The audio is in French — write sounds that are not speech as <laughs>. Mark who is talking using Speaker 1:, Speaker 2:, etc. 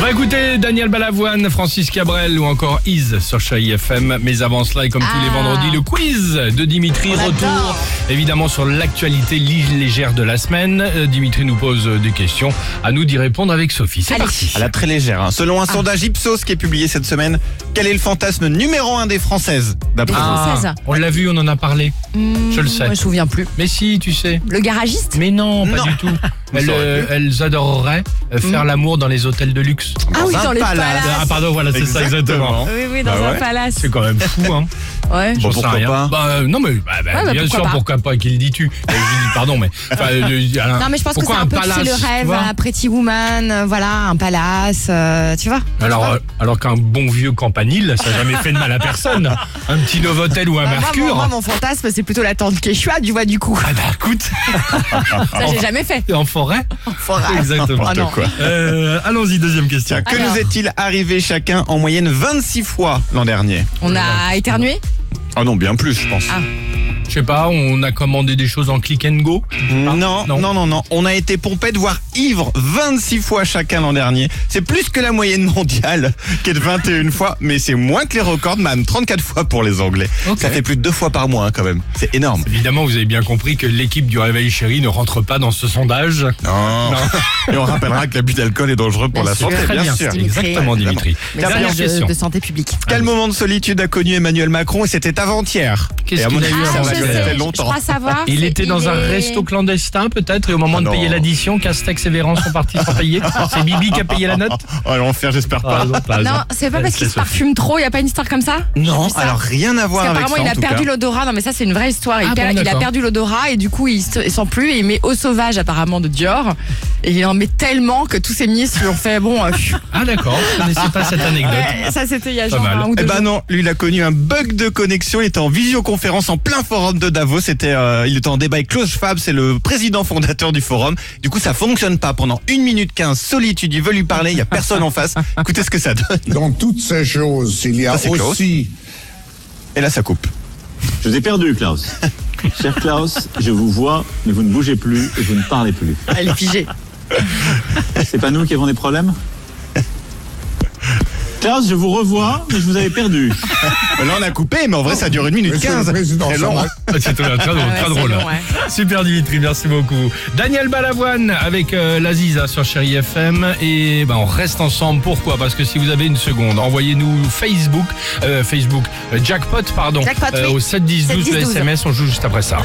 Speaker 1: va écouter Daniel Balavoine, Francis Cabrel ou encore Is sur Chai FM. Mais avant cela, et comme tous les
Speaker 2: Ah.
Speaker 1: vendredis, le quiz de Dimitri.
Speaker 2: On
Speaker 1: Retour
Speaker 2: adore.
Speaker 1: évidemment sur l'actualité légère de la semaine. Euh, Dimitri nous pose euh, des questions. À nous d'y répondre avec Sophie. C'est
Speaker 2: Allez.
Speaker 1: parti.
Speaker 3: À la très légère. hein. Selon
Speaker 2: Ah.
Speaker 3: un sondage Ipsos qui est publié cette semaine, quel est le fantasme numéro un des Françaises D'après
Speaker 2: Ah. Française.
Speaker 1: on l'a vu, on en a parlé. Je le sais.
Speaker 2: Hmm, Moi, je me souviens plus.
Speaker 1: Mais si, tu sais.
Speaker 2: Le garagiste
Speaker 1: Mais non, pas
Speaker 3: Non.
Speaker 1: du tout.
Speaker 3: Vous
Speaker 1: Elles,
Speaker 3: saurez
Speaker 1: euh, elles adoreraient euh, faire l'amour dans les hôtels de luxe.
Speaker 3: vous
Speaker 2: Ah oui,
Speaker 3: un
Speaker 2: dans les
Speaker 3: palace.
Speaker 2: palaces.
Speaker 1: Ah pardon, voilà, c'est ça exactement.
Speaker 2: Oui, oui, dans
Speaker 3: Bah
Speaker 2: un
Speaker 3: ouais.
Speaker 2: palace.
Speaker 1: C'est quand même fou, hein.
Speaker 2: Ouais.
Speaker 1: J'en sais
Speaker 3: pourquoi
Speaker 1: rien.
Speaker 3: pas
Speaker 1: Bah, euh, non mais bah, bah,
Speaker 2: Ouais, bah,
Speaker 1: bien
Speaker 2: pourquoi
Speaker 1: sûr,
Speaker 2: pas.
Speaker 1: pourquoi pas qu'il dit tu. Euh, je dis pardon, mais enfin, euh, je- Alain,
Speaker 2: Non, mais je pense
Speaker 1: pourquoi
Speaker 2: que c'est un peu tu sais,
Speaker 1: palace,
Speaker 2: le
Speaker 1: tu
Speaker 2: rêve, hein,
Speaker 1: vois
Speaker 2: la Pretty Woman, euh, voilà, un palace, euh, tu vois.
Speaker 1: Alors, euh, alors qu'un bon vieux campanile, ça n'a jamais fait de mal à personne. Un petit Novotel ou un
Speaker 2: Bah, moi, mon-
Speaker 1: Mercure.
Speaker 2: moi, mon fantasme, c'est plutôt la tente Quechua, tu vois, du coup.
Speaker 1: Ah bah écoute, Ah,
Speaker 2: Ça,
Speaker 1: oh.
Speaker 2: j'ai jamais fait.
Speaker 1: en forêt.
Speaker 2: Faudra-
Speaker 1: Exactement.
Speaker 2: Ah non. Ah.
Speaker 3: Quoi.
Speaker 1: Euh, Allons-y, deuxième question.
Speaker 3: Tiens, que
Speaker 2: Alors.
Speaker 3: nous est-il arrivé chacun en moyenne 26 fois l'an dernier
Speaker 2: On a éternué
Speaker 3: Ah non, bien plus, je pense.
Speaker 2: Ah.
Speaker 1: Je sais pas, on a commandé des choses en click and go.
Speaker 2: Ah.
Speaker 3: Non,
Speaker 1: Non.
Speaker 3: non, non, non. On a été pompettes, voire ivres 26 fois chacun l'an dernier. C'est plus que la moyenne mondiale, <laughs> qui est de 21 fois, mais c'est moins que les records, même 34 fois pour les Anglais.
Speaker 1: Ok.
Speaker 3: Ça fait plus de deux fois par mois, hein, quand même. C'est énorme.
Speaker 1: Évidemment, vous avez bien compris que l'équipe du Réveil Chéri ne rentre pas dans ce sondage.
Speaker 3: Non. Et on rappellera que l'abus d'alcool est dangereux pour
Speaker 2: Bien
Speaker 3: la
Speaker 2: sûr.
Speaker 3: santé,
Speaker 2: Très
Speaker 3: bien,
Speaker 2: bien.
Speaker 3: sûr.
Speaker 2: Dimitri.
Speaker 1: Exactement, Dimitri.
Speaker 2: Mais
Speaker 1: Dernière
Speaker 2: c'est
Speaker 1: question.
Speaker 2: de, de santé publique.
Speaker 3: Quel moment de solitude a connu Emmanuel Macron et c'était avant-hier.
Speaker 1: Qu'est-ce
Speaker 3: Et à
Speaker 1: qu'il
Speaker 3: mon
Speaker 1: a
Speaker 3: avis,
Speaker 1: eu
Speaker 3: ça
Speaker 1: avant
Speaker 3: va
Speaker 1: hier
Speaker 3: durer
Speaker 1: C'était
Speaker 3: longtemps.
Speaker 2: savoir.
Speaker 1: Il
Speaker 2: c'est-
Speaker 1: était dans un
Speaker 2: est-
Speaker 1: resto clandestin, peut-être, et au moment
Speaker 3: Ah
Speaker 1: de
Speaker 3: non.
Speaker 1: payer l'addition, Castex et Véran sont partis sans <laughs> payer. C'est Bibi qui a payé la note
Speaker 3: Oh, l'enfer, j'espère pas.
Speaker 1: Ah, non, t'as raison.
Speaker 2: Non, c'est pas
Speaker 1: Euh,
Speaker 2: parce qu'il
Speaker 1: c'est
Speaker 2: se parfume trop, il a pas une histoire comme ça
Speaker 3: Non,
Speaker 2: J'ai vu ça.
Speaker 3: alors rien à
Speaker 2: Parce
Speaker 3: voir avec ça.
Speaker 2: qu'apparemment, il
Speaker 3: en
Speaker 2: a
Speaker 3: tout
Speaker 2: perdu
Speaker 3: cas.
Speaker 2: l'odorat. Non, mais ça, c'est une vraie histoire. Il,
Speaker 1: Ah
Speaker 2: per-
Speaker 1: bon,
Speaker 2: il a
Speaker 1: d'accord.
Speaker 2: perdu l'odorat et du coup, il, se- il sent plus et il met eau sauvage, apparemment, de Dior. Et il en met tellement que tous ses ministres lui ont fait bon. euh, <laughs> pfiou.
Speaker 1: Ah d'accord, je connaissais pas cette anecdote.
Speaker 2: Ouais, ça, c'était il y a
Speaker 1: Pas
Speaker 2: genre
Speaker 1: mal.
Speaker 2: un ou
Speaker 3: Eh
Speaker 2: deux
Speaker 3: ben
Speaker 2: jours.
Speaker 3: non, lui il a connu un bug de connexion, il était en visioconférence en plein forum de Davos, c'était euh, il était en débat avec Klaus Schwab, c'est le président fondateur du forum. Du coup, ça fonctionne pas pendant 1 minute 15 solitude, il veut lui parler, il y a personne en face. Écoutez ce que ça donne.
Speaker 4: Dans toutes ces choses, il y a
Speaker 3: Ça, c'est Klaus.
Speaker 4: aussi
Speaker 3: Et là ça coupe.
Speaker 5: Je vous ai perdu, Klaus. Cher Klaus, je vous vois, mais vous ne bougez plus et vous ne parlez plus.
Speaker 2: Ah, Elle est figée.
Speaker 5: C'est pas nous qui avons des problèmes Klaus, je vous revois, mais je vous avais perdu.
Speaker 3: Là on a coupé, mais en vrai ça dure 1 minute
Speaker 4: Monsieur le
Speaker 3: 15.
Speaker 4: Président,
Speaker 3: Très
Speaker 4: ça
Speaker 3: long,
Speaker 4: va.
Speaker 3: hein.
Speaker 1: Ah, C'est très, très drôle,
Speaker 2: Ah ouais,
Speaker 1: très
Speaker 2: c'est
Speaker 1: drôle.
Speaker 2: long, ouais.
Speaker 1: Super Dimitri, merci beaucoup. Daniel Balavoine avec euh, l'Aziza sur Chéri FM. Et ben, on reste ensemble. Pourquoi Parce que si vous avez une seconde, envoyez-nous Facebook, euh, Facebook, euh, Jackpot, pardon,
Speaker 2: Jackpot, oui.
Speaker 1: au 7 10 12
Speaker 2: 7 10 12.
Speaker 1: SMS. On joue juste après ça.